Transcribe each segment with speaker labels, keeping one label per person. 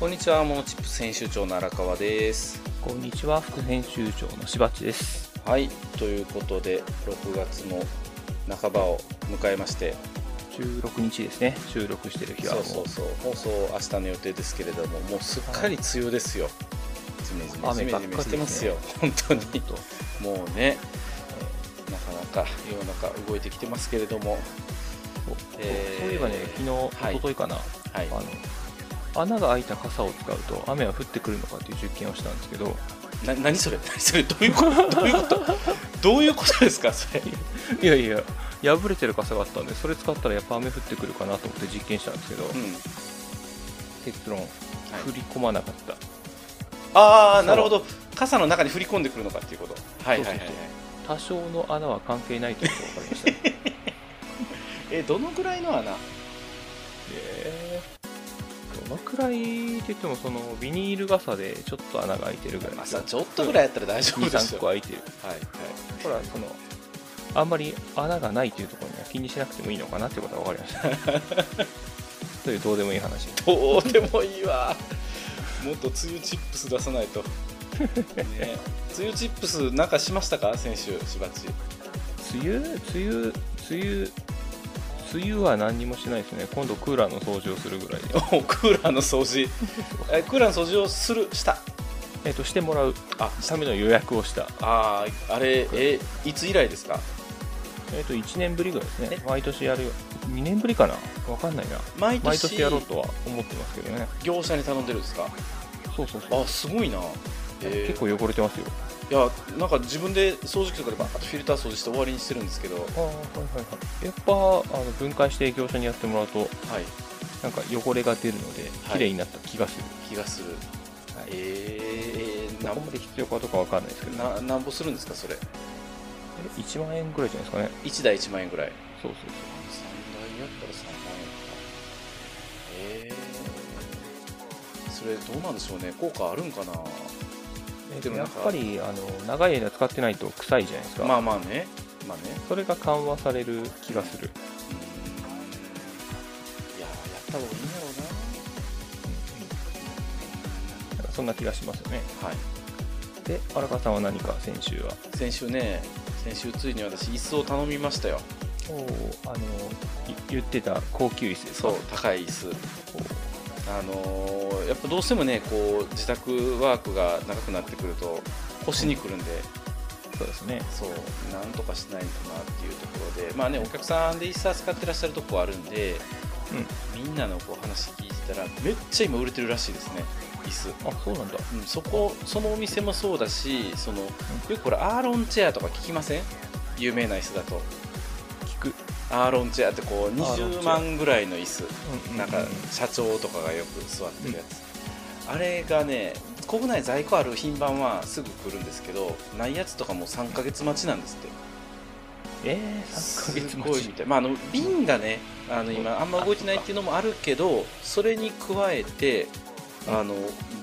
Speaker 1: こんにちは、モノチップ編集長の荒川です。
Speaker 2: こんにちは、副編集長のしばっちです。
Speaker 1: はい、ということで、6月も半ばを迎えまして、
Speaker 2: 16日ですね、収録してる日は
Speaker 1: そ
Speaker 2: も
Speaker 1: う
Speaker 2: う。
Speaker 1: そうそう、放送明日の予定ですけれども、もうすっかり梅雨ですよ。ジメジメジ
Speaker 2: 雨ば
Speaker 1: メ
Speaker 2: っかり
Speaker 1: ジ
Speaker 2: ですね
Speaker 1: メしてますよ、本当に。
Speaker 2: ちょっ
Speaker 1: もうね、えーなかなか世の中動いてきてますけれども、
Speaker 2: と
Speaker 1: えー
Speaker 2: そういえばね、昨日、
Speaker 1: はい
Speaker 2: 一昨日かな、
Speaker 1: はい
Speaker 2: あ、の、穴が開いた傘を使うと雨は降ってくるのかっていう実験をしたんです けど、
Speaker 1: な何それ、何それ、どういう こと、どういうこと、どういうことですか、それ。
Speaker 2: いやいや、破れてる傘があったんで、それ使ったらやっぱ雨降ってくるかなと思って実験したんですけど、
Speaker 1: うん
Speaker 2: 結論、
Speaker 1: はい
Speaker 2: 振り込まなかった。
Speaker 1: ああ
Speaker 2: 傘は
Speaker 1: なるほど傘の中に振り込んでくるのかっていうことはいはいはい、はい
Speaker 2: そうそう、多少の穴は関係ないということが分かりました。
Speaker 1: えどのぐらいの穴
Speaker 2: えーどのくらいって言ってもそのビニール傘でちょっと穴が開いてるぐらい
Speaker 1: 朝ちょっとぐらいやったら大丈夫です
Speaker 2: 23
Speaker 1: よ
Speaker 2: 個
Speaker 1: はい
Speaker 2: 開いてる
Speaker 1: はい
Speaker 2: ほらそのあんまり穴がないというところには気にしなくてもいいのかなってことが分かりました というどうでもいい話
Speaker 1: どうでもいいわもっと梅雨チップス出さないと、ね、梅雨チップスなんかしましたか先週しばち
Speaker 2: 梅雨梅雨梅雨梅雨は何にもしないですね今度クーラーの掃除をするぐらいで
Speaker 1: おクーラーの掃除えクーラーの掃除をするした
Speaker 2: えっとしてもらう
Speaker 1: あ
Speaker 2: ための予約をした
Speaker 1: あーあれえいつ以来ですか
Speaker 2: えっと1年ぶりぐらいですね
Speaker 1: え
Speaker 2: 毎年やるよ2年ぶりかな分かんないな
Speaker 1: 毎年
Speaker 2: 毎年やろうとは思ってますけどね
Speaker 1: 業者に頼んでるんですか
Speaker 2: そうそうそう
Speaker 1: あすごいな、えー
Speaker 2: 結構汚れてますよ
Speaker 1: いやなんか自分で掃除機とかでバーッとフィルター掃除して終わりにしてるんですけど、はい、
Speaker 2: ああはいはいはいやっぱあの分解して業者にやってもらうとなんか汚れが出るので
Speaker 1: はい
Speaker 2: 綺麗になった気がする、
Speaker 1: 気がする
Speaker 2: はい
Speaker 1: えー、な
Speaker 2: どこまで必要かとかわかんないですけど、
Speaker 1: んななんぼするんですかそれ
Speaker 2: え1万円ぐらいじゃないですかね
Speaker 1: 1台1万円ぐらい
Speaker 2: そう
Speaker 1: 3
Speaker 2: そう
Speaker 1: 台やったら3万円かえー、それどうなんでしょうね効果あるんかな
Speaker 2: そうえ
Speaker 1: でもなん
Speaker 2: やっ
Speaker 1: か
Speaker 2: ぱりあの長い間使ってないと臭いじゃないですか、
Speaker 1: まあまあねまあね
Speaker 2: それが緩和される気がする、
Speaker 1: うーんいやーやった方がいいんだろう
Speaker 2: なんかそんな気がしますよね
Speaker 1: なはい
Speaker 2: で荒川さんは何か先週は
Speaker 1: 先週ね先週ついに私椅子を頼みましたよ
Speaker 2: おあのい言ってた高級椅子ですか
Speaker 1: そう高い椅子あのーやっぱどうしてもねこう自宅ワークが長くなってくると腰にくるんで、
Speaker 2: そうですね
Speaker 1: そうなんとかしないとなっていうところでまあねお客さんで椅子扱ってらっしゃるとこあるんで、みんなのこう話聞いてたらめっちゃ今売れてるらしいですね椅子。
Speaker 2: あそうなんだ
Speaker 1: うん、そこそのお店もそうだしそのよくこれアーロンチェアとか聞きません有名な椅子だと
Speaker 2: 聞く、
Speaker 1: アーロンチェアってこう
Speaker 2: アーロンチェ
Speaker 1: 20
Speaker 2: ア
Speaker 1: 万ぐらいの椅子
Speaker 2: う
Speaker 1: なんか社長とかがよく座ってるやつ、あれがね国内在庫ある品番はすぐ来るんですけどないやつとかもう3ヶ月待ちなんですって
Speaker 2: えー、3ヶ月
Speaker 1: す
Speaker 2: 待
Speaker 1: ごい
Speaker 2: ち
Speaker 1: みたいまああの瓶がねあの今あんま動いてないっていうのもあるけどそれに加えてあの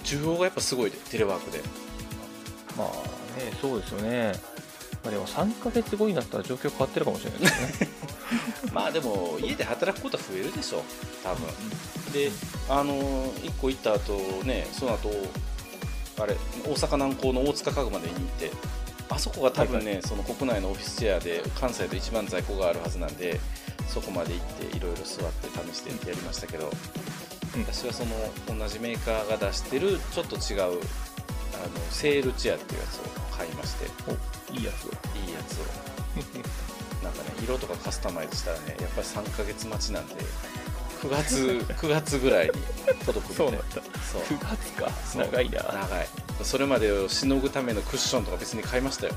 Speaker 1: 需要がやっぱすごいでテレワークで
Speaker 2: まあね、そうですよね。まあ、でも3ヶ月後になったら状況変わってるかもしれないで すね。
Speaker 1: まあでも家で働くことは増えるでしょ多分
Speaker 2: う
Speaker 1: であの1個行った後ねその後あれ大阪南港の大塚家具まで見に行ってあそこが多分ね、その国内のオフィスチェアで関西で一番在庫があるはずなんでそこまで行っていろいろ座って試してってやりましたけど、
Speaker 2: うん
Speaker 1: 私はその同じメーカーが出してるちょっと違うあのセールチェアっていうやつを買いましてい
Speaker 2: んいいやつを。
Speaker 1: いやつをなんかね色とかカスタマイズしたらねやっぱり3ヶ月待ちなんで9月 9月ぐらいに届くので、ね、
Speaker 2: だ。
Speaker 1: そう
Speaker 2: 9月か。
Speaker 1: そう
Speaker 2: 長いな。
Speaker 1: 長いそれまでをしのぐためのクッションとか別に買いましたよ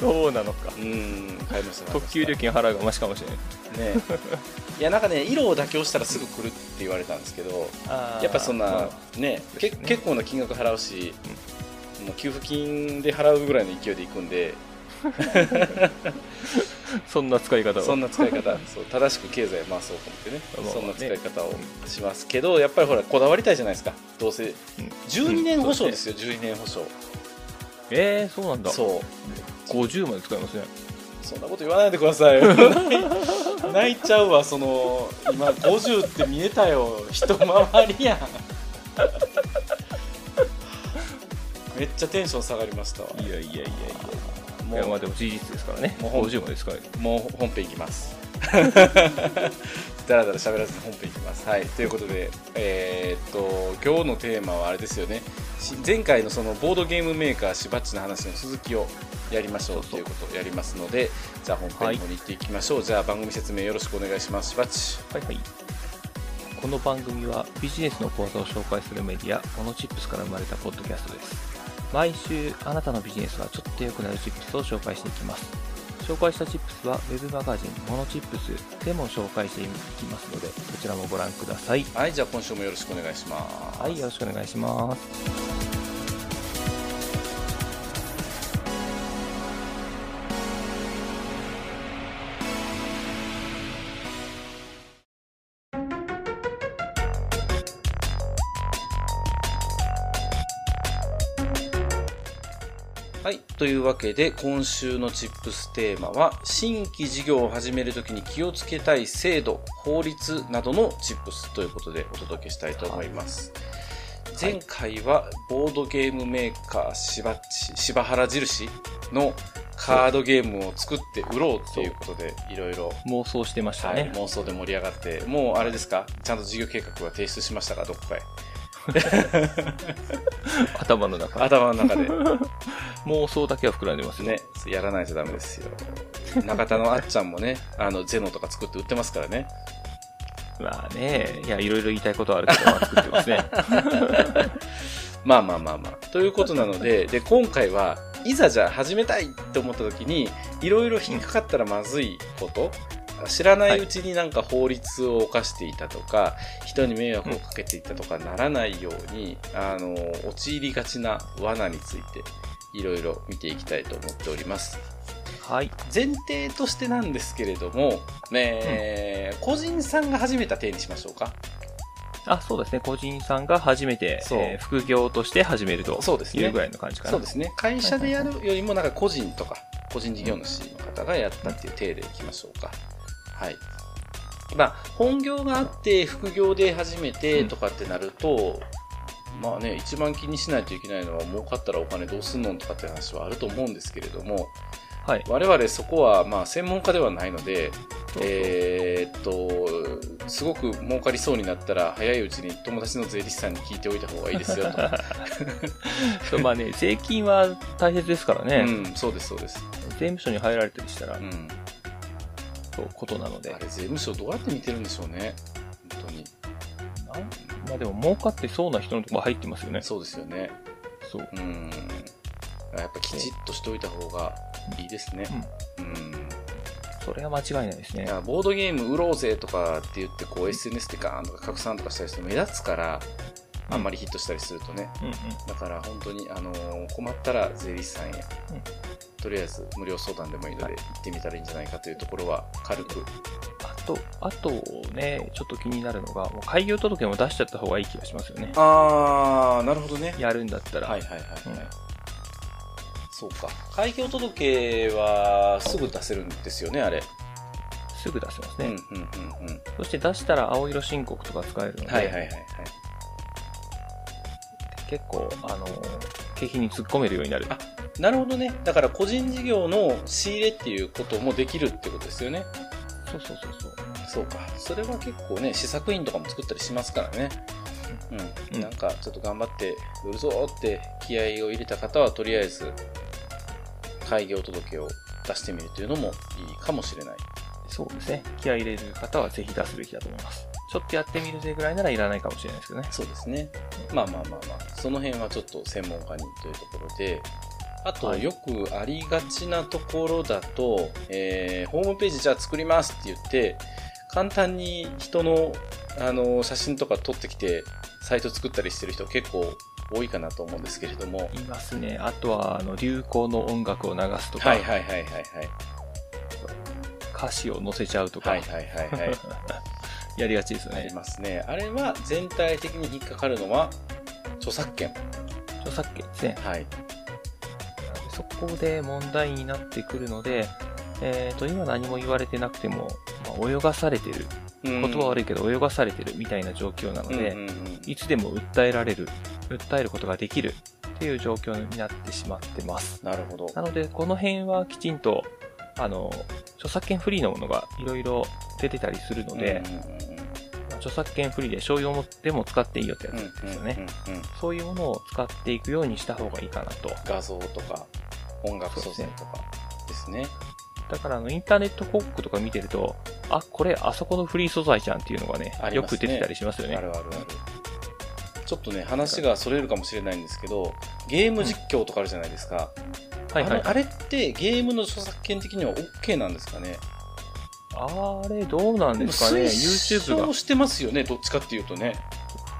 Speaker 2: そうなのか
Speaker 1: う。ーん買いました買いました
Speaker 2: 特急料金払うがマシかもしれない。
Speaker 1: ねいやなんかね色を妥協したらすぐ来るって言われたんですけど
Speaker 2: あー
Speaker 1: やっぱそんなねけ
Speaker 2: ですね
Speaker 1: 結構な金額払うし、もう給付金で払うぐらいの勢いで行くんで
Speaker 2: そんな使い方は。
Speaker 1: そんな使い方そう正しく経済を回そうと思ってね
Speaker 2: まあまあ
Speaker 1: そんな使い方をしますけどやっぱりほらこだわりたいじゃないですかどうせ
Speaker 2: うん
Speaker 1: 12年保証で
Speaker 2: うん
Speaker 1: す よ、12年保証
Speaker 2: そうねえー、そうなんだ。
Speaker 1: そう
Speaker 2: 50まで使いますね。
Speaker 1: そんなこと言わないでください。 泣いちゃうわその今50って見えたよ一回り やんめっちゃテンション下がりましたわ
Speaker 2: いやいやいやいやいやま
Speaker 1: も
Speaker 2: あでも事実ですからね
Speaker 1: もう
Speaker 2: 50まで使える
Speaker 1: うもう本編いきます だらだら喋らずに本編いきますはいということでえーっと今日のテーマはあれですよねし前回のそのボードゲームメーカーしばっちの話の続きをやりましょうっていうことをやりますのでじゃあ本編の方に行っていきましょう、じゃあ番組説明よろしくお願いしますしばっち
Speaker 2: はいはいこの番組はビジネスの講座を紹介するメディアモノチップスから生まれたポッドキャストです毎週あなたのビジネスがちょっと良くなるチップスを紹介していきます紹介したチップスはウェブマガジンモノチップスでも紹介していきますのでそちらもご覧ください
Speaker 1: はいじゃあ今週もよろしくお願いします
Speaker 2: はいよろしくお願いします
Speaker 1: はい、というわけで今週のチップステーマは新規事業を始めるときに気をつけたい制度法律などのチップスということでお届けしたいと思います、前回はボードゲームメーカーしばっち柴原印のカードゲームを作って売ろうということでいろいろ
Speaker 2: 妄想してました
Speaker 1: はい
Speaker 2: ね、
Speaker 1: 妄想で盛り上がってもうあれですかちゃんと事業計画は提出しましたかどこかへ
Speaker 2: 頭の中
Speaker 1: 頭の中で
Speaker 2: 妄想だけは膨らんでますね
Speaker 1: ね、やらないとダメですよ。中田のあっちゃんもね、 あの、ゼノとか作って売ってますからね。
Speaker 2: まあねいやいろいろ言いたいことはあるけどまあ作って ますね
Speaker 1: まあまあまあまあ。ということなので、で、今回は、いざじゃあ始めたいって思った時に、いろいろ引っかかったらまずいこと、知らないうちになんか法律を犯していたとか、人に迷惑をかけていたとかならないように、あの、陥りがちな罠について、いろいろ見ていきたいと思っております。
Speaker 2: はい
Speaker 1: 前提としてなんですけれども、ねえ個人さんが始めた体にしましょうか。
Speaker 2: あそうですね個人さんが初めて、
Speaker 1: そう
Speaker 2: えー副業として始めると
Speaker 1: そうですね
Speaker 2: いうぐらいの感じかな
Speaker 1: そうですね。会社でやるよりも、なんか個人とか、個人事業主の方がやったっていう体でいきましょうか。はい。まあ、本業があって、副業で始めてとかってなると、まあね、一番気にしないといけないのは、儲かったらお金どうすんのとかって話はあると思うんですけれども、
Speaker 2: はい
Speaker 1: 我々そこはまあ専門家ではないので、えーっと、すごく儲かりそうになったら、早いうちに友達の税理士さんに聞いておいた方がいいですよ と。
Speaker 2: そうまあね税金は大切ですから
Speaker 1: う
Speaker 2: ね、
Speaker 1: ん、そうです、そうです。
Speaker 2: 税務署に入られたりしたら、
Speaker 1: うん。
Speaker 2: そうことなので
Speaker 1: あれ、税務署どうやって見てるんでしょうね。本当に。
Speaker 2: なんまあでも儲かってそうな人のところ入ってますよね
Speaker 1: そうですよね。
Speaker 2: そう
Speaker 1: うん。やっぱきちっとしておいた方がいいですね。うん。
Speaker 2: それは間違いないです
Speaker 1: い
Speaker 2: ね
Speaker 1: やボードゲーム売ろうぜとかって言って、こう SNS でガーンとか拡散とかしたりすると目立つから、あんまりヒットしたりするとね。
Speaker 2: うんうん
Speaker 1: だから本当に、あのー困ったら税理士さんへ、
Speaker 2: うん
Speaker 1: とりあえず無料相談でもいいの
Speaker 2: はい
Speaker 1: で行ってみたらいいんじゃないかというところは軽く、
Speaker 2: あとあとねちょっと気になるのがもう開業届も出しちゃった方がいい気がしますよね
Speaker 1: ああなるほどね
Speaker 2: やるんだったら、
Speaker 1: はいはいはいはい、
Speaker 2: うん
Speaker 1: そうか開業届はすぐ出せるんですよねあれ、
Speaker 2: すぐ出せます
Speaker 1: うん
Speaker 2: ね、
Speaker 1: うんうんうん
Speaker 2: そして出したら青色申告とか使えるので、
Speaker 1: はいはいはいはい
Speaker 2: 結構、あのー景品に突っ込めるようになる
Speaker 1: あ。なるほどねだから個人事業の仕入れっていうこともできるってことですよね
Speaker 2: そうそうそうそう。
Speaker 1: そうかそれは結構ね試作品とかも作ったりしますからねうん、
Speaker 2: うん
Speaker 1: なんかちょっと頑張って売るぞーって気合を入れた方はとりあえず開業届を出してみるというのもいいかもしれない
Speaker 2: そうですね。気合い入れる方はぜひ出すべきだと思います。ちょっとやってみるぜぐらいならいらないかもしれないですけどね。
Speaker 1: そうですねまあまあまあまあその辺はちょっと専門家にというところであと
Speaker 2: はい
Speaker 1: よくありがちなところだと、えーホームページじゃあ作りますって言って簡単に人のあの写真とか撮ってきてサイト作ったりしてる人結構多いかなと思うんですけれども
Speaker 2: いますね。あとは、あの、流行の音楽を流すとか、
Speaker 1: はいはいはいはいはい
Speaker 2: 歌詞を載せちゃうとか、
Speaker 1: はいはいはい はい。
Speaker 2: やりがちですよ
Speaker 1: あり
Speaker 2: ね。
Speaker 1: ますね。あれは全体的に引っかかるのは著作権。
Speaker 2: 著作権ですね。
Speaker 1: はい。
Speaker 2: なのでそこで問題になってくるので、えっ、と、今何も言われてなくても、まあ、泳がされてる、
Speaker 1: 言
Speaker 2: 言葉悪
Speaker 1: い
Speaker 2: いけど泳がされてるみたいな状況なの
Speaker 1: うん
Speaker 2: で、
Speaker 1: うんうん
Speaker 2: いつでも訴えられる、訴えることができるっていう状況になってしまってます。
Speaker 1: なるほど。
Speaker 2: なので、この辺はきちんと、あの、著作権フリーのものがいろいろ出てたりするので、
Speaker 1: うんうんうんうん
Speaker 2: 著作権フリーで商用もでも使っていいよってやつですよね。
Speaker 1: うんうんうん
Speaker 2: そういうものを使っていくようにした方がいいかなと。
Speaker 1: 画像とか音楽素材とかですね。
Speaker 2: だからあの、インターネット広告とか見てると、あ、これあそこのフリー素材じゃんっていうのがね、
Speaker 1: あり
Speaker 2: よ
Speaker 1: ますね
Speaker 2: く出てたりしますよね
Speaker 1: あ。るあるある。ちょっとね、話がそれるかもしれないんですけど、ゲーム実況とかあるじゃないですか。
Speaker 2: はいはい
Speaker 1: あの。あれってゲームの著作権的には OK なんですかね。
Speaker 2: あれ、どうなんですかね。
Speaker 1: 推
Speaker 2: YouTube が
Speaker 1: 奨、してますよね、どっちかっていうとね。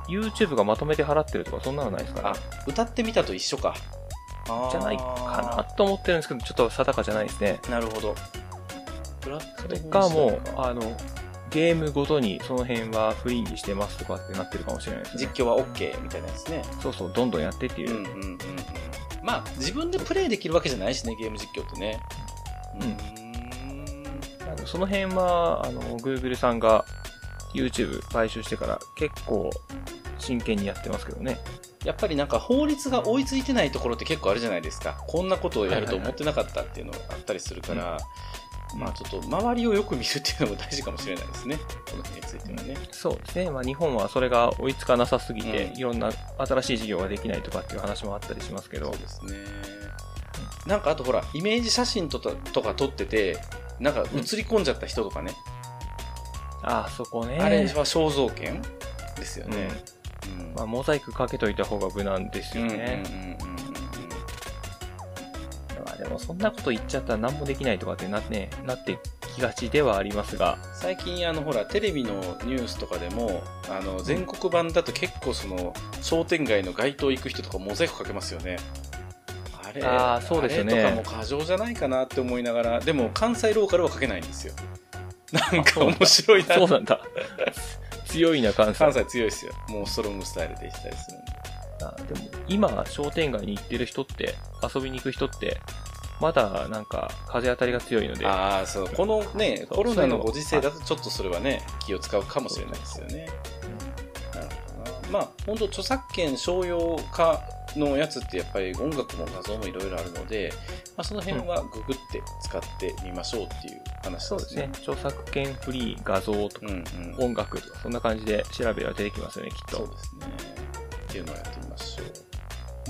Speaker 2: YouTube がまとめて払ってるとか、そんなのないですかね
Speaker 1: あ。、歌ってみたと一緒か。あー
Speaker 2: じゃないかなと思ってるんですけど、ちょっと定かじゃないですね。
Speaker 1: なるほど。ブラック
Speaker 2: そ
Speaker 1: と
Speaker 2: れかも
Speaker 1: ミ
Speaker 2: う
Speaker 1: ュージッ、ク
Speaker 2: あの、ゲームごとにその辺はフリーにしてますとかってなってるかもしれないですね。
Speaker 1: 実況は OK みたいなやつね。
Speaker 2: そうそう、どんどんやってっていうう。
Speaker 1: んうんうんうん。まあ、自分でプレイできるわけじゃないしね、ゲーム実況ってね。
Speaker 2: うん
Speaker 1: ーん
Speaker 2: あのその辺は、あの、Google さんが YouTube 買収してから結構真剣にやってますけどね。
Speaker 1: やっぱりなんか法律が追いついてないところって結構あるじゃないですか。こんなことをやると思ってなかったっていうのがあったりするから、
Speaker 2: うん
Speaker 1: まあちょっと周りをよく見るっていうのも大事かもしれないですね。この辺についてはね。
Speaker 2: そうですね。まあ日本はそれが追いつかなさすぎて、
Speaker 1: うん
Speaker 2: いろんな新しい事業ができないとかっていう話もあったりしますけ
Speaker 1: そう
Speaker 2: ど、
Speaker 1: ですね。なんかあとほら、イメージ写真とかとか撮ってて、なんか映り込んじゃった人とかね、
Speaker 2: あそこね。
Speaker 1: あれは肖像権ですよね。うん
Speaker 2: うんまあ、モザイクかけといた方が無難ですよね。
Speaker 1: うんうんうんうんうん
Speaker 2: まあでもそんなこと言っちゃったら何もできないとかってな,、ね、なってきがちではありますが、
Speaker 1: 最近あのほらテレビのニュースとかでもあの全国版だと結構その商店街の街頭行く人とかモザイクかけますよねあれ
Speaker 2: あーそうですよね
Speaker 1: あれとかも過剰じゃないかなって思いながらでも関西ローカルはかけないんですよなんか面白いな
Speaker 2: そうなんだ。強いな、関西
Speaker 1: 関。西強いですよもうストロングスタイルで行ったりするんで
Speaker 2: あでも、今、商店街に行ってる人って、遊びに行く人って、まだなんか風当たりが強いので、
Speaker 1: ああそうこのね
Speaker 2: そう
Speaker 1: コロナのご時世だとちょっとそれはね気を使うかもしれないですよねなるほどなまあ本当著作権商用化のやつってやっぱり音楽も画像もいろいろあるので、まあ、その辺はググって使ってみましょうっていう話
Speaker 2: そ
Speaker 1: で
Speaker 2: うです
Speaker 1: す
Speaker 2: ね
Speaker 1: ね。。
Speaker 2: 著作権フリー、画像と
Speaker 1: う
Speaker 2: か、
Speaker 1: んうん、
Speaker 2: 音楽とか、そんな感じで調べれば出てきますよね、きっ
Speaker 1: そう
Speaker 2: と。
Speaker 1: ですね。っていうのをやってみましょ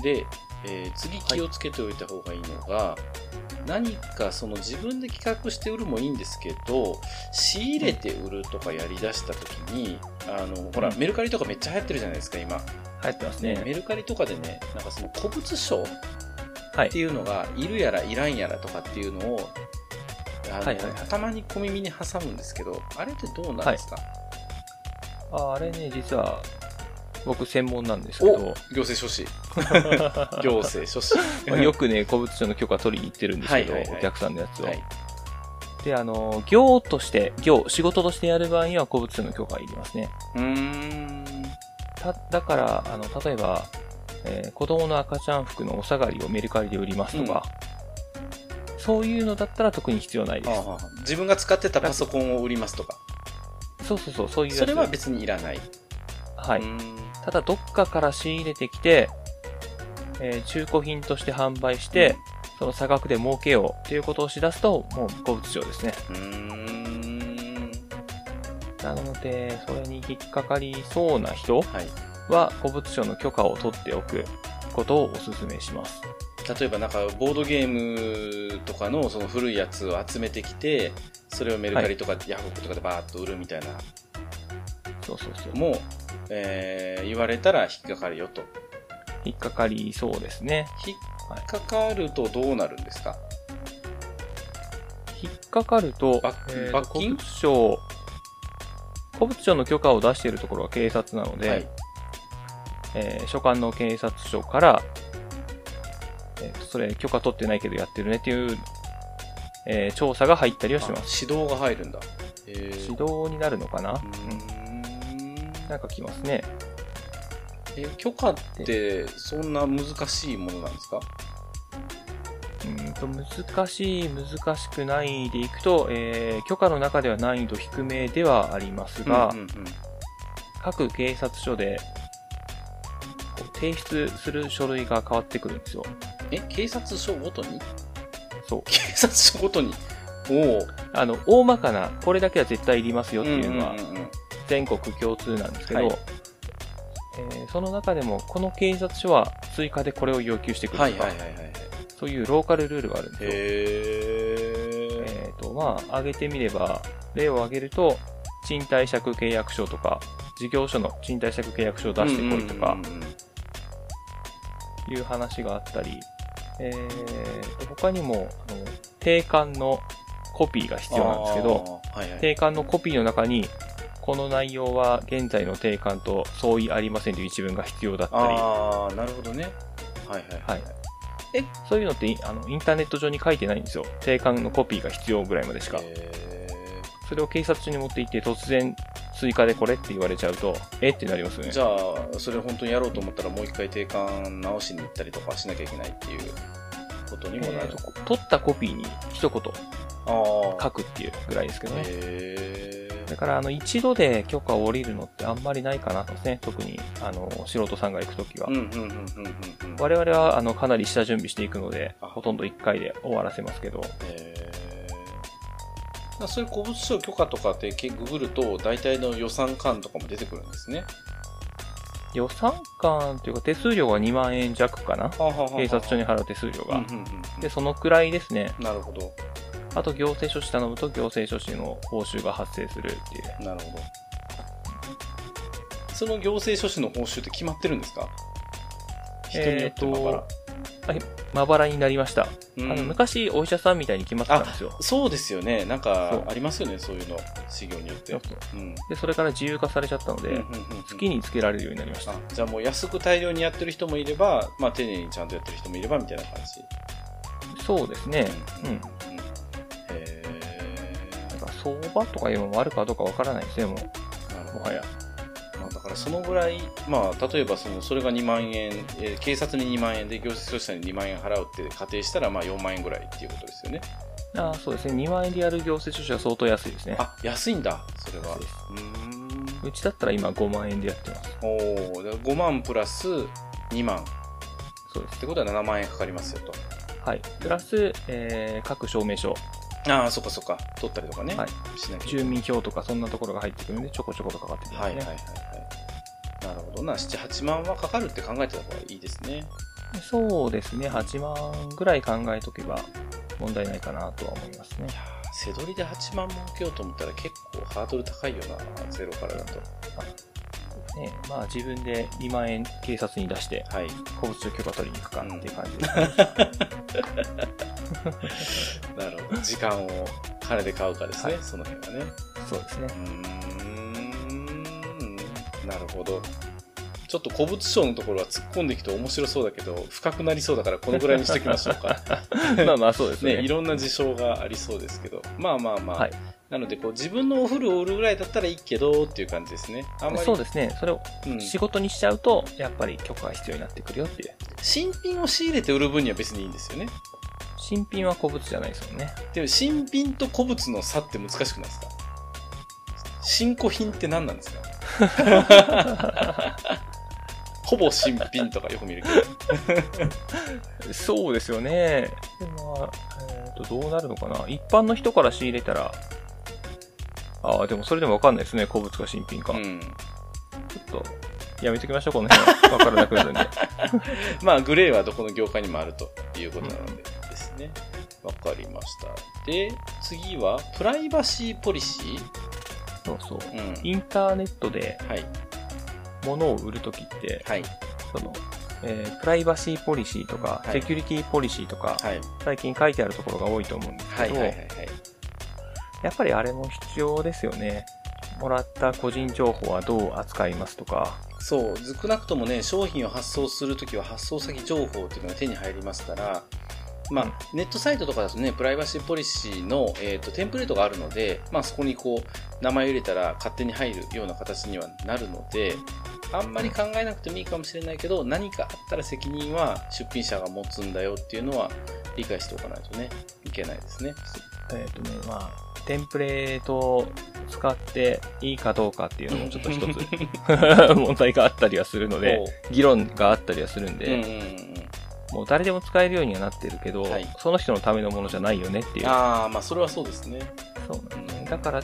Speaker 1: う。で、えー次気をつけておいた方がいいのが、何かその自分で企画して売るもいいんですけど、仕入れて売るとかやりだした時に、あの、ほら、
Speaker 2: うん
Speaker 1: メルカリとかめっちゃ流行ってるじゃないですか、今。
Speaker 2: 流行ってます
Speaker 1: ね
Speaker 2: ね。
Speaker 1: メルカリとかでね、なんかその古物商っ
Speaker 2: はい
Speaker 1: て。いうのが、いるやらいらんやらとかっていうのを、あの
Speaker 2: はいはいはい
Speaker 1: たまに小耳に挟むんですけど、あれってどうなんですか、
Speaker 2: ああれね、実は、僕専門なんですけど、。
Speaker 1: 行政書士。行政書士
Speaker 2: まあよくね、古物商の許可取りに行ってるんですけど、
Speaker 1: はいはいはい
Speaker 2: お客さんのやつを。
Speaker 1: はい、
Speaker 2: で、あの、業として、業、仕事としてやる場合には古物商の許可がいりますね。
Speaker 1: うーん。
Speaker 2: た、だから、あの、例えば、えー子供の赤ちゃん服のお下がりをメルカリで売りますとか、そういうのだったら特に必要ないです。
Speaker 1: 自分が使ってたパソコンを売りますとか、
Speaker 2: そうそうそう、そういうやつ。
Speaker 1: それは別にいらない。。
Speaker 2: はいう
Speaker 1: ん
Speaker 2: ただ、どっかから仕入れてきて、えー中古品として販売して、その差額で儲けようっていうことをしだすと、もう古物商ですね。
Speaker 1: うーん。
Speaker 2: なので、それに引っかかりそうな人
Speaker 1: はい。
Speaker 2: は、古物商の許可を取っておくことをお勧めします。
Speaker 1: 例えばなんかボードゲームとかのその古いやつを集めてきて、それをメルカリとかヤフオクとかでバーッと売るみたいな
Speaker 2: そうそうそう
Speaker 1: の。も、えー言われたら引っかかるよと。
Speaker 2: 引っかかりそうですね。
Speaker 1: 引っかかるとどうなるんですか、
Speaker 2: 引っかかると、
Speaker 1: 罰
Speaker 2: えー
Speaker 1: 罰金
Speaker 2: 古物商、古物商の許可を出しているところは警察なので、
Speaker 1: はい。
Speaker 2: えー所管の警察署から、えーそれ許可取ってないけどやってるねっていう、えー調査が入ったりはします。
Speaker 1: あ指導が入るんだ。えー
Speaker 2: 指導になるのかな、
Speaker 1: うーん
Speaker 2: なんか来ますね。
Speaker 1: え許可ってそんな難しいものなんですか
Speaker 2: うんと難しい、難しくないでいくと、えー許可の中では難易度低めではありますが、
Speaker 1: うんうんうん
Speaker 2: 各警察署でこう提出する書類が変わってくるんですよ。
Speaker 1: え警察署ごとに
Speaker 2: そう
Speaker 1: 警察署ごとにおお
Speaker 2: あの大まかな、これだけは絶対いりますよっていうのは
Speaker 1: んんん
Speaker 2: 全国共通なんですけど、
Speaker 1: はい
Speaker 2: えーその中でもこの警察署は追加でこれを要求してくるとか、
Speaker 1: はいはいはいはいはい
Speaker 2: そういうローカルルールがあるんですよ。
Speaker 1: へえ
Speaker 2: えっ、と、まあ、挙げてみれば、例を挙げると、賃貸借契約書とか、事業所の賃貸借契約書を出してこいとか
Speaker 1: うんうんうんうん
Speaker 2: いう話があったり、えーと、他にも、あの、定款のコピーが必要なんですけど、
Speaker 1: あーはいはい
Speaker 2: 定款のコピーの中に、この内容は現在の定款と相違ありませんという一文が必要だったり、
Speaker 1: ああなるほどねはいはい
Speaker 2: はい。え、そういうのっていあのインターネット上に書いてないんですよ。定款のコピーが必要ぐらいまでしか。
Speaker 1: へ
Speaker 2: それを警察署に持って行って突然追加でこれって言われちゃうと、えってなりますよ
Speaker 1: ー
Speaker 2: ね
Speaker 1: じ。ゃあそれ本当にやろうと思ったらもう一回定款直しに行ったりとかしなきゃいけないっていうことにもな
Speaker 2: えー
Speaker 1: る、
Speaker 2: とこ取ったコピーに一言
Speaker 1: ああ
Speaker 2: 書くっていうぐらいですけどね。
Speaker 1: へ
Speaker 2: だから、あの、一度で許可を下りるのってあんまりないかなとですね。特に、あの、素人さんが行くときは
Speaker 1: ーうん。うんうんうんうんうん
Speaker 2: 我々は、あの、かなり下準備していくので、
Speaker 1: あ
Speaker 2: ほとんど1回で終わらせますけど、
Speaker 1: えーそういう古物商許可とかってググると大体の予算感とかも出てくるんですね。
Speaker 2: 予算間というか手数料が2万円弱かな。警
Speaker 1: 警
Speaker 2: 察署に
Speaker 1: 入
Speaker 2: 払う手数料が。
Speaker 1: うんうんうんうん
Speaker 2: で、そのくらいですね。
Speaker 1: なるほど。
Speaker 2: あと、行政書士頼むと行政書士の報酬が発生するっていう。
Speaker 1: なるほど。その行政書士の報酬って決まってるんですか人によってバラバ
Speaker 2: まばらになりました。
Speaker 1: ラ
Speaker 2: あの
Speaker 1: うん
Speaker 2: 昔、お医者さんみたいに決まってたんですよ。
Speaker 1: そうですよね。なん
Speaker 2: そ
Speaker 1: か
Speaker 2: う
Speaker 1: ありますよね、そういうの。事業によって。うん。
Speaker 2: で、それから自由化されちゃったの
Speaker 1: うんうん
Speaker 2: で、
Speaker 1: うんうん
Speaker 2: 好きにつけられるようになりました
Speaker 1: あ。じゃあもう安く大量にやってる人もいれば、まあ、丁寧にちゃんとやってる人もいればみたいな感じ。
Speaker 2: そうですね。うん。
Speaker 1: へえ
Speaker 2: なんか、相場とかいうのもあるかどうかわからないですね、もう。
Speaker 1: なるほ
Speaker 2: も
Speaker 1: ど
Speaker 2: はや。
Speaker 1: まあだからそのぐらい、まあ、例えばそのそれが2万円、えー警察に2万円で行政書士さんに2万円払うって仮定したらまあ4万円ぐらいっていうことですよね
Speaker 2: あーそうですね。2万円でやる行政書士は相当安いですね。
Speaker 1: あ安いんだそれは
Speaker 2: 安いです
Speaker 1: うーん
Speaker 2: うちだったら今5万円でやってます。
Speaker 1: おお5万プラス2万っ
Speaker 2: そうです。
Speaker 1: てことは7万円かかりますよと
Speaker 2: はい。プラス、えー各証明書、
Speaker 1: ああそっかそっか取ったりとかね、
Speaker 2: はい
Speaker 1: しなきゃいけない
Speaker 2: 住民票とかそんなところが入ってくるんで、ちょこちょことかかってくるんです
Speaker 1: は
Speaker 2: ね。
Speaker 1: いはいはいはいなるほどな78万はかかるって考えてた方がいいですね
Speaker 2: そうですね、8万ぐらい考えとけば問題ないかなとは思いますね。
Speaker 1: 背取りで8万儲けようと思ったら結構ハードル高いよなゼロからだと
Speaker 2: ねまあ、自分で2万円警察に出して、
Speaker 1: はい
Speaker 2: 古物庁許可取りに行くかっていう感じです、
Speaker 1: なるほど時間を金で買うかですね、その辺はね
Speaker 2: そうですね
Speaker 1: う。ーんなるほどちょっと古物商のところは突っ込んでいくと面白そうだけど深くなりそうだからこのぐらいにしときましょう か
Speaker 2: まあまあ、そうですね。
Speaker 1: ねいろんな事象がありそうですけどまあまあまあ、
Speaker 2: はい
Speaker 1: なのでこう自分のお風呂を売るぐらいだったらいいけどっていう感じですねあんまり
Speaker 2: そうですね。それを
Speaker 1: うん
Speaker 2: 仕事にしちゃうと、やっぱり許可が必要になってくるよっていう。
Speaker 1: 新品を仕入れて売る分には別にいいんですよね
Speaker 2: 新品は古物じゃないですもんね。
Speaker 1: でも新品と古物の差って難しくないですか新古品って何なんですかほぼ新品とかよく見るけど
Speaker 2: そうですよね。でまあ、えーと、どうなるのかな。一般の人から仕入れたら、ああ、でもそれでもわかんないですね。古物か新品か。
Speaker 1: うん、
Speaker 2: ちょっと、やめときましょう、この辺は。わからなくなる んで。
Speaker 1: まあグレーはどこの業界にもあるということなのでですねわかりましたで次はプライバシーポリシ
Speaker 2: そうそう。
Speaker 1: ー、うん、
Speaker 2: インターネットで
Speaker 1: はい
Speaker 2: 物を売るときって、
Speaker 1: はい
Speaker 2: その、えープライバシーポリシーとか
Speaker 1: は、い
Speaker 2: セキュリティポリシーとか、
Speaker 1: はい
Speaker 2: 最近書いてあるところが多いと思うんです
Speaker 1: は
Speaker 2: け
Speaker 1: い
Speaker 2: ど、
Speaker 1: はいはいはい
Speaker 2: やっぱりあれも必要ですよね。もらった個人情報はどう扱いますとか、
Speaker 1: そう少なくともね商品を発送するときは発送先情報っていうのが手に入りますから、まあ
Speaker 2: うん
Speaker 1: ネットサイトとかだとねプライバシーポリシーの、えー、とテンプレートがあるので、まあ、そこにこう名前を入れたら勝手に入るような形にはなるのであんまり考えなくてもいいかもしれないけど何かあったら責任は出品者が持つんだよっていうのは理解しておかないとね、いけないですね。
Speaker 2: えっ、とね、まあ、テンプレートを使っていいかどうかっていうのもちょっと一つ 問題があったりはするので、議論があったりはする
Speaker 1: おう
Speaker 2: ん
Speaker 1: うん
Speaker 2: で、
Speaker 1: うんうん
Speaker 2: もう誰でも使えるようにはなってるけど、
Speaker 1: はい
Speaker 2: その人のためのものじゃないよねっていう。
Speaker 1: ああ、まあ、それはそうですね。
Speaker 2: そう
Speaker 1: うん
Speaker 2: だから、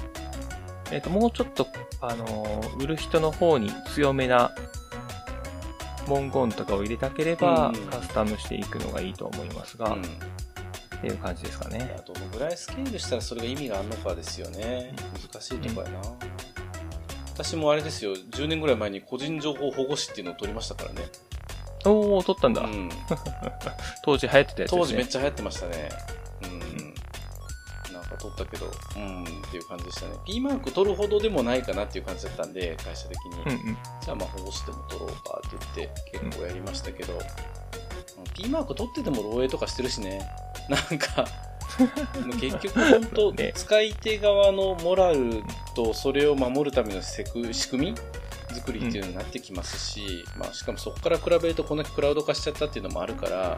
Speaker 2: えっ、と、もうちょっと、あのー売る人の方に強めな文言とかを入れたければ、
Speaker 1: うん
Speaker 2: カスタムしていくのがいいと思いますが、
Speaker 1: うん
Speaker 2: っていう感じですかね。
Speaker 1: あどのぐらいスケールしたらそれが意味があるのかですよね難しいとこやな、私もあれですよ10年ぐらい前に個人情報保護士っていうのを取りましたからね、
Speaker 2: おお取ったんだ、
Speaker 1: うん、
Speaker 2: 当時流行ってたやつですね。
Speaker 1: 当時めっちゃ流行ってましたねうんなんか取ったけどうんっていう感じでしたね P マーク取るほどでもないかなっていう感じだったんで会社的に、
Speaker 2: うんうん。
Speaker 1: じゃあまあ保護士でも取ろうかって言って結構やりましたけど、P マーク取ってても漏洩とかしてるしね なんかもう結局本当
Speaker 2: ね
Speaker 1: 使い手側のモラルとそれを守るためのせく仕組み作りっていうのになってきますし、まあ、しかもそこから比べるとこんだけクラウド化しちゃったっていうのもあるから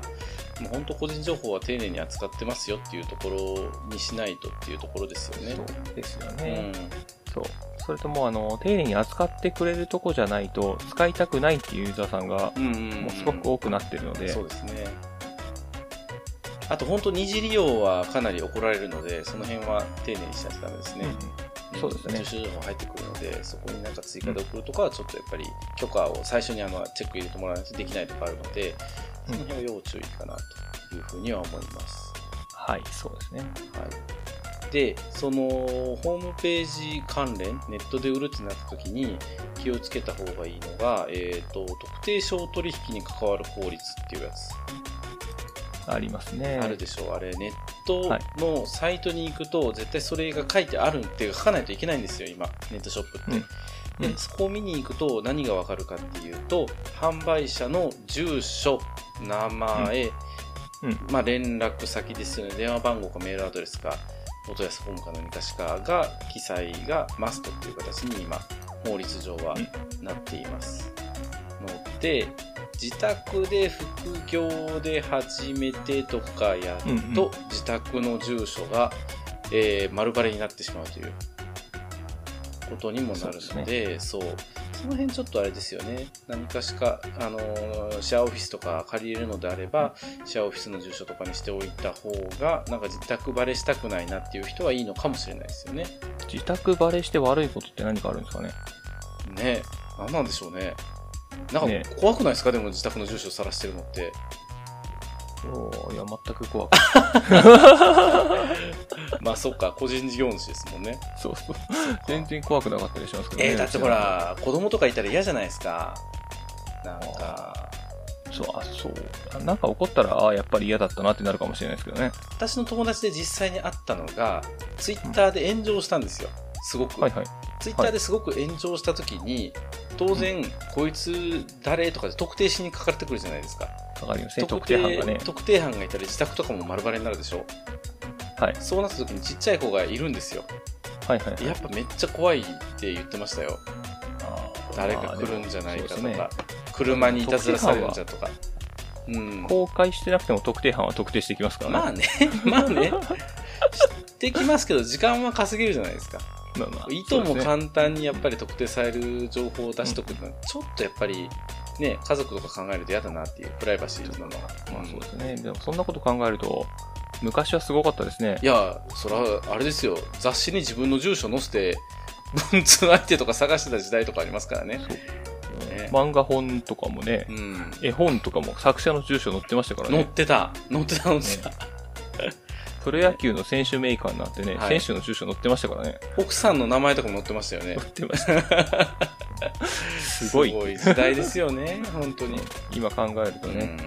Speaker 1: もう本当個人情報は丁寧に扱ってますよっていうところにしないとっていうところですよね。
Speaker 2: そうですよ
Speaker 1: う
Speaker 2: ね。
Speaker 1: ん、
Speaker 2: そう。それともうあの、丁寧に扱ってくれるとこじゃないと、使いたくないっていうユーザーさんが、
Speaker 1: うんうんうん
Speaker 2: もうすごく多くなってるので、
Speaker 1: そうですねあと本当二次利用はかなり怒られるのでその辺は丁寧にしないとダメですね、
Speaker 2: うんそうですね
Speaker 1: 住所情報入ってくるのでそこになんか追加で送るとかはちょっとやっぱり許可を最初にあのチェック入れてもらわないとできないとかあるのでその辺は要注意かなというふうには思います、
Speaker 2: はい、そうですね。
Speaker 1: はい、でそのホームページ関連ネットで売るってなった時に気をつけた方がいいのが、えー、と特定商取引に関わる法律っていうやつ
Speaker 2: ありますね。
Speaker 1: あるでしょう、あれ、ネットのサイトに行くと、絶対それが書いてあるっていうか書かないといけないんですよ、今、ネットショップって。
Speaker 2: うんうん
Speaker 1: で、そこを見に行くと、何がわかるかっていうと、販売者の住所、名前、
Speaker 2: うんうん
Speaker 1: まあ、連絡先ですよね、電話番号かメールアドレスか、お問い合わせフォームか何かしかが、記載がマストっていう形に今、法律上はなっています。ので、自宅で副業で始めてとかやる
Speaker 2: うんうん
Speaker 1: と、自宅の住所が、えー丸バレになってしまうということにもなるので、そう,、その辺ちょっとあれですよね。何かしか、あのーシェアオフィスとか借りれるのであれば、シェアオフィスの住所とかにしておいた方が、なんか自宅バレしたくないなっていう人はいいのかもしれないですよね。
Speaker 2: 自宅バレして悪いことって何かあるんですかね
Speaker 1: ね何なんでしょうね。なん
Speaker 2: ね
Speaker 1: か怖くないですか、でも自宅の住所を晒してるのって。
Speaker 2: おーいや、全く怖くない。
Speaker 1: まあそっか、個人事業主ですもんね。
Speaker 2: そうそう。全然怖くなかったりしますけどね。
Speaker 1: えー、だってほら、子供とかいたら嫌じゃないですか。なんか、
Speaker 2: うちの。そう、あ、そう。なんか怒ったら、ああ、やっぱり嫌だったなってなるかもしれないですけどね。
Speaker 1: 私の友達で実際に会ったのが、ツイッターで炎上したんですよ。すごく。
Speaker 2: はいはい。
Speaker 1: ツイッターですごく炎上した時に、当然、こいつ誰とかで特定しにかかってくるじゃないですか。
Speaker 2: かかりますね。特定班がね。
Speaker 1: 特定班がいたら自宅とかも丸バレになるでしょ。
Speaker 2: はい
Speaker 1: そうなった時にちっちゃい子がいるんですよ。
Speaker 2: はいはいはい。
Speaker 1: やっぱめっちゃ怖いって言ってましたよ。
Speaker 2: あー
Speaker 1: 誰か来るんじゃないかとか、
Speaker 2: まあでもそうですね
Speaker 1: 車にいたずらされるんじゃとか。うん。
Speaker 2: 公開してなくても特定班は特定してきますからね。
Speaker 1: まあね、 まあね、知ってきますけど、時間は稼げるじゃないですか。
Speaker 2: まあまあ
Speaker 1: いと
Speaker 2: そ
Speaker 1: も
Speaker 2: うですね
Speaker 1: 簡単にやっぱり特定される情報を出しとくのは、ちょっとやっぱり、ね、家族とか考えると嫌だなっていう、プライバシーなのは。
Speaker 2: まあ
Speaker 1: うん
Speaker 2: そうですね。でもそんなこと考えると、昔はすごかったですね
Speaker 1: い。や、それはあれですよ、雑誌に自分の住所載せて、文通相手とか探してた時代とかありますからね。ね
Speaker 2: 漫画本とかもね
Speaker 1: う、ん。
Speaker 2: 絵本とかも作者の住所載ってましたから
Speaker 1: 載っ
Speaker 2: ね。
Speaker 1: てた、載ってた、載ってた。
Speaker 2: プロ野球の選手メーカーになってね、
Speaker 1: はい
Speaker 2: 選手の住所載ってましたからね。
Speaker 1: 奥さんの名前とかも載ってましたよね
Speaker 2: 載。ってました。 すごい。
Speaker 1: 時代ですよね、本当に。
Speaker 2: 今考えるとね、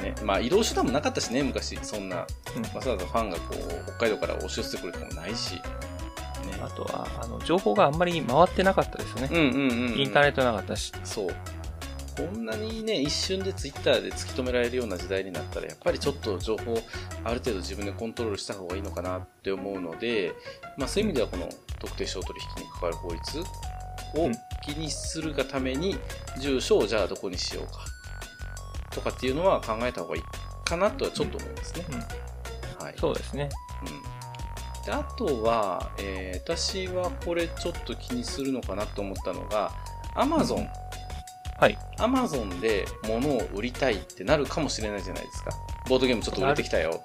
Speaker 1: うんねまあ移動手段もなかったしね昔そんな
Speaker 2: うん
Speaker 1: わざわざファンがこう北海道から押し寄せてくるとかもないし、ね、
Speaker 2: あとはあの情報があんまり回ってなかったですよね、
Speaker 1: うんうんうん、うん、
Speaker 2: インターネ
Speaker 1: ッ
Speaker 2: ットなかったし、
Speaker 1: トそうこんなにね一瞬でツイッターで突き止められるような時代になったらやっぱりちょっと情報をある程度自分でコントロールした方がいいのかなって思うので、まあ、そういう意味ではこの特定商取引に関わる法律
Speaker 2: う
Speaker 1: を
Speaker 2: ん
Speaker 1: 気にするがために住所をじゃあどこにしようかとかっていうのは考えた方がいいかなとはちょっと思いますね。はい。
Speaker 2: そうですね。
Speaker 1: うんであとは、えー私はこれちょっと気にするのかなと思ったのが、Amazon。
Speaker 2: はい。
Speaker 1: Amazon で物を売りたいってなるかもしれないじゃないですか。ボードゲームちょっと売れてきたよ、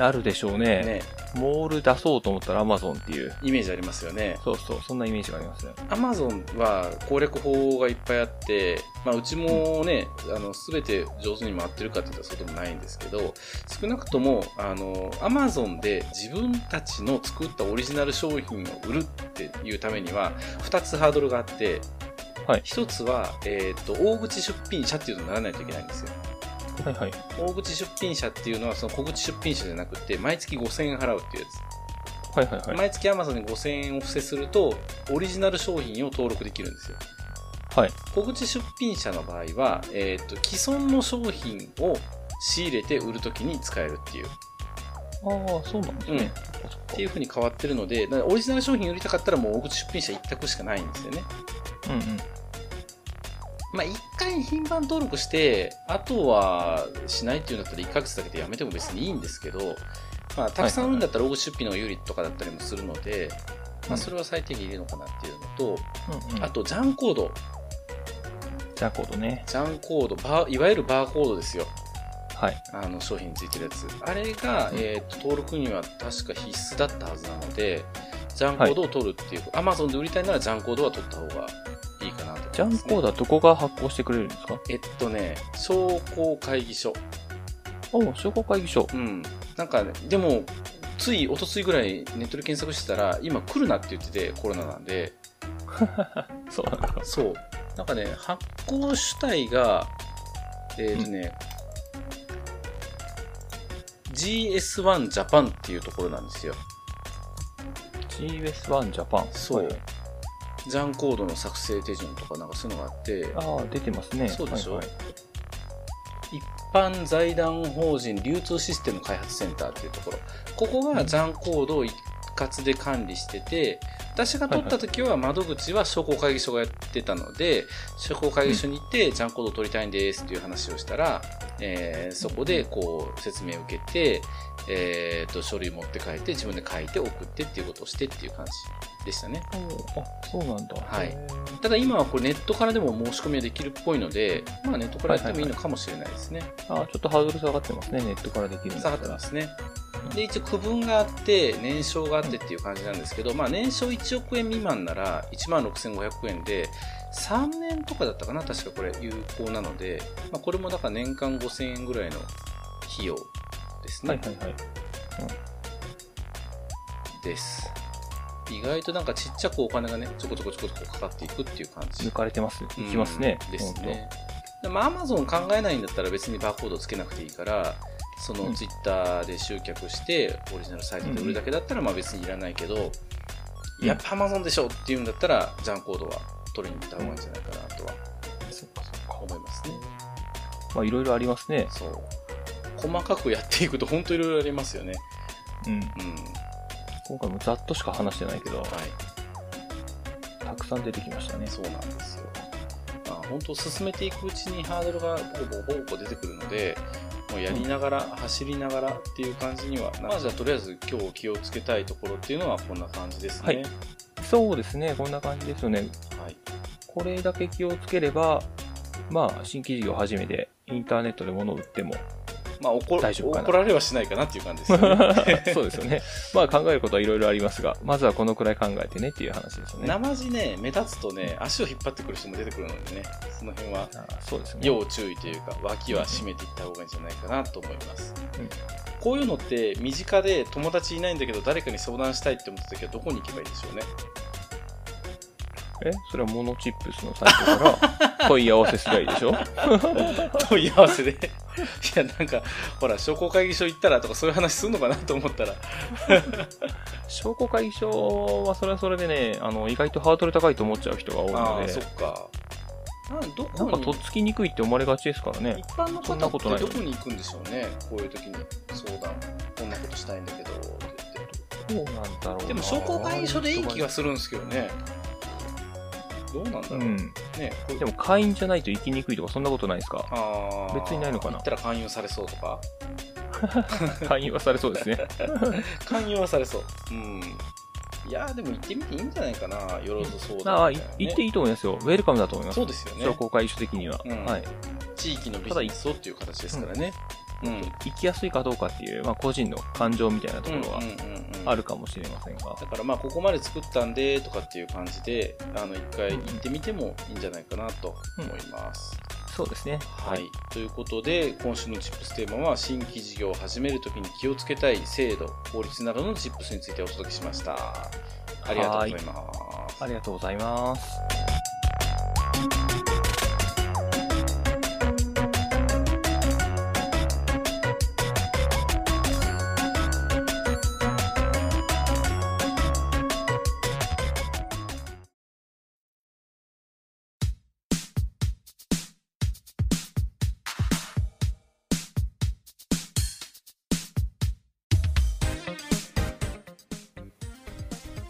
Speaker 2: あるでしょうね
Speaker 1: と。ね、
Speaker 2: モール出そうと思ったら Amazon っていう。
Speaker 1: イメージありますよね。
Speaker 2: そうそう、そんなイメージがありますね。
Speaker 1: Amazon は攻略法がいっぱいあって、まあ、うちもね、あの、すべて上手に回ってるかって言ったらそうでもないんですけど、少なくとも、あの、Amazon で自分たちの作ったオリジナル商品を売るっていうためには、二つハードルがあって、
Speaker 2: はい
Speaker 1: 一つは、えっ、と、大口出品者っていうのにならないといけないんですよ。
Speaker 2: はいはい。
Speaker 1: 大口出品者っていうのは、その小口出品者じゃなくて、毎月5000円払うっていうやつ。
Speaker 2: はいはいはい。
Speaker 1: 毎月 Amazon に5000円を付せすると、オリジナル商品を登録できるんですよ。
Speaker 2: はい。
Speaker 1: 小口出品者の場合は、えーっと既存の商品を仕入れて売るときに使えるっていう
Speaker 2: ああ、そうなんですね。
Speaker 1: っていう風に変わってるのでだからオリジナル商品売りたかったらもう大口出品者一択しかないんですよね。
Speaker 2: うんうん。
Speaker 1: まあ、1回品番登録してあとはしないっていうんだったら1ヶ月だけでやめても別にいいんですけど、まあ、たくさん売るんだったら大口出品の方が有利とかだったりもするので、まあ、それは最低限いるのかなっていうのと、
Speaker 2: うんうん。
Speaker 1: あとジャンコード
Speaker 2: じゃあコードね。
Speaker 1: ジャンコードバーいわゆるバーコードですよ
Speaker 2: はい。
Speaker 1: あの商品についてるやつあれが、えーと登録には確か必須だったはずなのでジャンコードを取るっていう、Amazon で売りたいならジャンコードは取った方がいいかなと
Speaker 2: ジャ
Speaker 1: 思いま
Speaker 2: ン
Speaker 1: すね、
Speaker 2: コードはどこが発行してくれるんですか
Speaker 1: えっとね商工会議所
Speaker 2: おお、商工会議所。
Speaker 1: うんなんかねでもつい一昨日ぐらいネットで検索してたら今来るなって言っててコロナなんで
Speaker 2: そうなんだ。
Speaker 1: そうなんかね発行主体がえっ、とね、GS1 ジャパンっていうところなんですよ
Speaker 2: GS1 ジャパン。
Speaker 1: そう、
Speaker 2: はい
Speaker 1: ジャンコードの作成手順とかなんかそういうのがあって、
Speaker 2: ああ、出てますね。
Speaker 1: そうでしょ
Speaker 2: はいはい
Speaker 1: 一般財団法人流通システム開発センターっていうところ、ここがジャンコードを一括で管理してて、私が取った時は窓口は商工会議所がやってたので、商工会議所に行って、ジャンコードを取りたいんですっていう話をしたら、えーそこでこう説明を受けて、えーと、書類持って帰って、自分で書いて送ってっていうことをしてっていう感じでしたね。
Speaker 2: おーあ、そうなんだ。
Speaker 1: はい
Speaker 2: へー
Speaker 1: ただ今はこれネットからでも申し込みはできるっぽいので、まあネットからやってもいいのかもしれないですね。
Speaker 2: ああ、ちょっとハードル下がってますね。ネットからできるんだ
Speaker 1: 下が
Speaker 2: っ
Speaker 1: って
Speaker 2: たら
Speaker 1: ま。すね。で、一応区分があって、年商があってっていう感じなんですけど、まあ年商1億円未満なら16,500円で、3年とかだったかな確かこれ有効なので、まあこれもだから年間5,000円ぐらいの費用ですね。
Speaker 2: はいはいはい。
Speaker 1: です。意外となんかちっちゃくお金がね、ちょこちょこちょこちょこかかっていくっていう感じ
Speaker 2: 抜。かれてます。いきますね。
Speaker 1: うんですね。でまあ、アマゾン考えないんだったら別にバーコードつけなくていいから、そうの
Speaker 2: ん
Speaker 1: ツイッターで集客して、オリジナルサイトで売るだけだったら、まあ別にいらないけど、
Speaker 2: うん
Speaker 1: やっぱアマゾンでしょっていうんだったら、ジャンコードは取りに行った方がいいんじゃないかなとは
Speaker 2: 本当。そっかそっか。
Speaker 1: 思いますね。
Speaker 2: まあ、いろいろありますね。
Speaker 1: そう。細かくやっていくと本当いろいろありますよね。
Speaker 2: うん。
Speaker 1: うん。は
Speaker 2: 今回もざっとしか話してないけど、たくさん出てきましたね
Speaker 1: い。。そうなんですよ。まあ本当進めていくうちにハードルがボコボコボコ出てくるので、もうやりながら、走りながらっていう感じには、まあじゃあとりあえず今日気をつけたいところっていうのはこんな感じですね。
Speaker 2: はいそうですね。こんな感じですよね。
Speaker 1: はい
Speaker 2: これだけ気をつければ、まあ、新規事業を始めて、インターネットで物を売って も、
Speaker 1: まあ怒
Speaker 2: 大丈夫かな
Speaker 1: 怒られはしないかなっていう感じです よね。
Speaker 2: そうですよね。まあ、考えることはいろいろありますが、まずはこのくらい考えてねっていう話ですよね。
Speaker 1: なまじね、目立つとね、足を引っ張ってくる人も出てくるのでね、その辺は
Speaker 2: あーそうですね。
Speaker 1: 要注意というか、脇は締めていった方がいいんじゃないかなと思います。
Speaker 2: うん
Speaker 1: こういうのって、身近で友達いないんだけど、誰かに相談したいって思った時はどこに行けばいいでしょうね。
Speaker 2: えそれはモノチップスのサイト から問い合わせすりゃいいでしょ
Speaker 1: 問い合わせで いやなんかほら商工会議所行ったらとかそういう話すんのかなと思ったら
Speaker 2: 商工会議所はそれはそれでね、あの、意外とハードル高いと思っちゃう人が多い
Speaker 1: あ
Speaker 2: の
Speaker 1: あそ
Speaker 2: で、
Speaker 1: っかなんど
Speaker 2: なん
Speaker 1: こ
Speaker 2: か
Speaker 1: に
Speaker 2: とっつきにくいって思われがちですからね
Speaker 1: 一。般の
Speaker 2: そんな
Speaker 1: 方
Speaker 2: こと
Speaker 1: っ
Speaker 2: ない
Speaker 1: てどこに行くんでしょうねこういう時に相談こんなことしたいんだけどって言っ
Speaker 2: そうなんだろうな
Speaker 1: てでも商工会議所でいい気がするんですけどねどうなんだ
Speaker 2: う
Speaker 1: ろう、
Speaker 2: ん。
Speaker 1: ねこう
Speaker 2: でも会員じゃないと行きにくいとかそんなことない ですか
Speaker 1: あー
Speaker 2: 別にないのかな
Speaker 1: 行ったら勧誘されそうと か
Speaker 2: 会員はされそうですね。
Speaker 1: 勧誘はされそううんいやーでも行ってみていいんじゃないかなよろずそう
Speaker 2: あ
Speaker 1: だ
Speaker 2: あ、い行っていいと思いますよ。ウェルカムだと思います
Speaker 1: そう。ですよね
Speaker 2: 商工会議所的には、
Speaker 1: うん
Speaker 2: はい。
Speaker 1: 地域のビジネスをっていう形ですからねうんうん
Speaker 2: 行きやすいかどうかっていう、まあ、個人の感情みたいなところは
Speaker 1: うんうんうん
Speaker 2: あるかもしれませんが、
Speaker 1: だからまあここまで作ったんでとかっていう感じであの一回行ってみてもいいんじゃないかなと思います、
Speaker 2: そうですね。
Speaker 1: は。い、ということで今週のチップステーマは新規事業を始めるときに気をつけたい制度法律などのチップスについてお届けしましたありがとうございます
Speaker 2: ありがとうございます。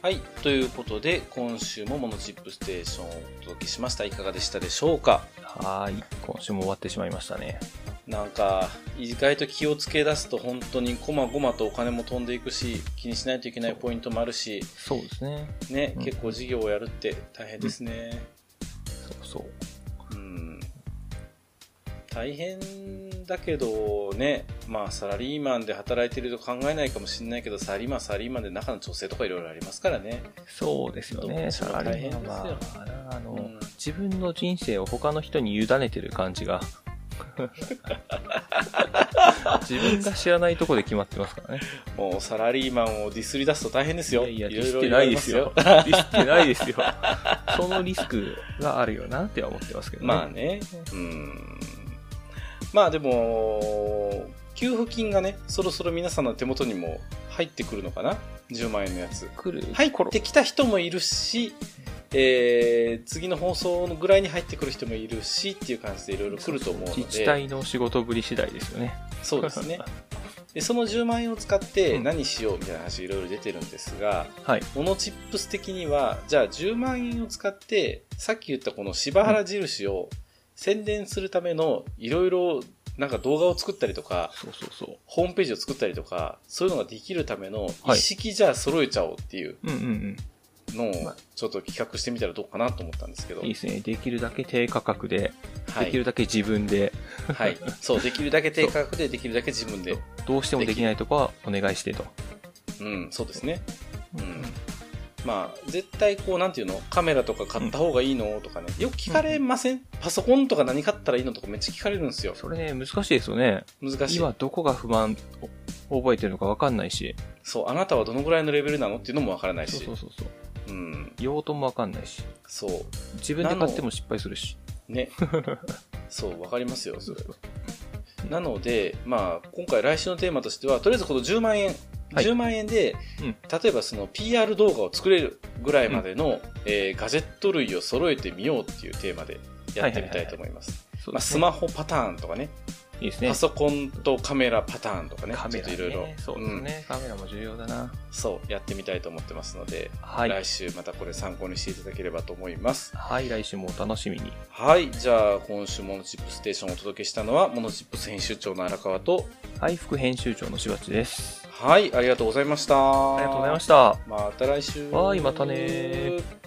Speaker 1: はいということで今週も「モノチップステーション」をお届けしましたいかがでしたでしょうか
Speaker 2: はーい。今週も終わってしまいましたね。
Speaker 1: なんか意外と気をつけ出すと本当にこまごまとお金も飛んでいくし気にしないといけないポイントもあるし
Speaker 2: そうですね。
Speaker 1: ね、
Speaker 2: うん
Speaker 1: 結構事業をやるって大変ですね
Speaker 2: そうそう。
Speaker 1: うん、大変だけどねまあサラリーマンで働いてると考えないかもしれないけどサラリーマンはサラリーマンで中の調整とかいろいろありますからね
Speaker 2: そうですよ
Speaker 1: ど
Speaker 2: ね。
Speaker 1: っち
Speaker 2: サ
Speaker 1: も
Speaker 2: ラ
Speaker 1: 大
Speaker 2: リ
Speaker 1: 変
Speaker 2: ーマン
Speaker 1: で
Speaker 2: は、あの、
Speaker 1: うん
Speaker 2: 自分の人生を他の人に委ねてる感 じが。自分が知らないとこで決まってますからね。
Speaker 1: もうサラリーマンをディスり出すと大変です
Speaker 2: い
Speaker 1: よ
Speaker 2: やいや、ディ
Speaker 1: ろ
Speaker 2: スっ
Speaker 1: ろ
Speaker 2: て
Speaker 1: 言わ
Speaker 2: ない
Speaker 1: れ
Speaker 2: で
Speaker 1: ますす
Speaker 2: よ
Speaker 1: よ。
Speaker 2: ディスってないですよ。 そのリスクがあるよなっては思ってますけどね。
Speaker 1: まあね、うん。まあでも、給付金がね、そろそろ皆さんの手元にも入ってくるのかな ?10 万円のやつ。
Speaker 2: 来る
Speaker 1: 入ってきた人もいるし、えー次の放送ぐらいに入ってくる人もいるしっていう感じでいろいろ来ると思うので、
Speaker 2: 自治体の仕事ぶり次第ですよね。
Speaker 1: そうですね。でその10万円を使って
Speaker 2: うん
Speaker 1: 何しようみたいな話いろいろ出てるんですが、
Speaker 2: はい。
Speaker 1: モノチップス的には、じゃあ10万円を使って、さっき言ったこの柴原印を宣伝するためのいろいろなんか動画を作ったりとか、
Speaker 2: そうそうそ
Speaker 1: ホームページを作ったりとか、そういうのができるための
Speaker 2: は
Speaker 1: 一
Speaker 2: い
Speaker 1: 式じゃあ揃えちゃおうっていう
Speaker 2: う。うんうん
Speaker 1: の
Speaker 2: ま
Speaker 1: を
Speaker 2: あ
Speaker 1: ちょっと企画してみたらどうかなと思ったんですけど。
Speaker 2: うん。いいですね。できるだけ低価格で、
Speaker 1: は
Speaker 2: でき
Speaker 1: い。
Speaker 2: るだけ自分で、
Speaker 1: はい。そう、できるだけ低価格で、できるだけ自分で。
Speaker 2: どうしてもできないとこはお願いしてと。
Speaker 1: うん、そうですね。うん。まあ、絶対こう、なんていうのカメラとか買った方がいいのとかね。よく聞かれませんパソコンとか何買ったらいいのとかめっちゃ聞かれるんですよ。
Speaker 2: それね、難しいですよね。
Speaker 1: 難しい
Speaker 2: 今どこが不満を覚えてるのか分かんないし。
Speaker 1: そうあなたはどのぐらいのレベルなのっていうのもわからないし
Speaker 2: そうそうそうそう。
Speaker 1: うん
Speaker 2: 用途も分かんないし。
Speaker 1: そ
Speaker 2: 自分で買っても失敗するし。
Speaker 1: う ねそうわかりますよそれ
Speaker 2: そう
Speaker 1: なのでまあ今回来週のテーマとしてはとりあえずこの10万円、
Speaker 2: はい
Speaker 1: 10万円で、
Speaker 2: うん
Speaker 1: 例えばその PR 動画を作れるぐらいまでの、えーガジェット類を揃えてみようっていうテーマでやってみたいと思います。
Speaker 2: そう
Speaker 1: まあ、
Speaker 2: です
Speaker 1: ス
Speaker 2: ね
Speaker 1: マホパターンとかね、
Speaker 2: いいですね
Speaker 1: パ。ソコンとカメラパターンとかね、
Speaker 2: カメラ、
Speaker 1: ちょっといろいろ
Speaker 2: ね、、そうですね、カメラも重要だな。
Speaker 1: うんそう、やってみたいと思ってますので、
Speaker 2: はい。
Speaker 1: 来週またこれ参考にしていただければと思います。
Speaker 2: はい、来週もお楽しみに。
Speaker 1: はい、じゃあ今週モノチップステーションをお届けしたのはモノチップス編集長の荒川と
Speaker 2: はい、副編集長のしばっちです。
Speaker 1: はいありがとうございました
Speaker 2: あ
Speaker 1: あ
Speaker 2: りがとうございました。
Speaker 1: また来週
Speaker 2: はいまたねー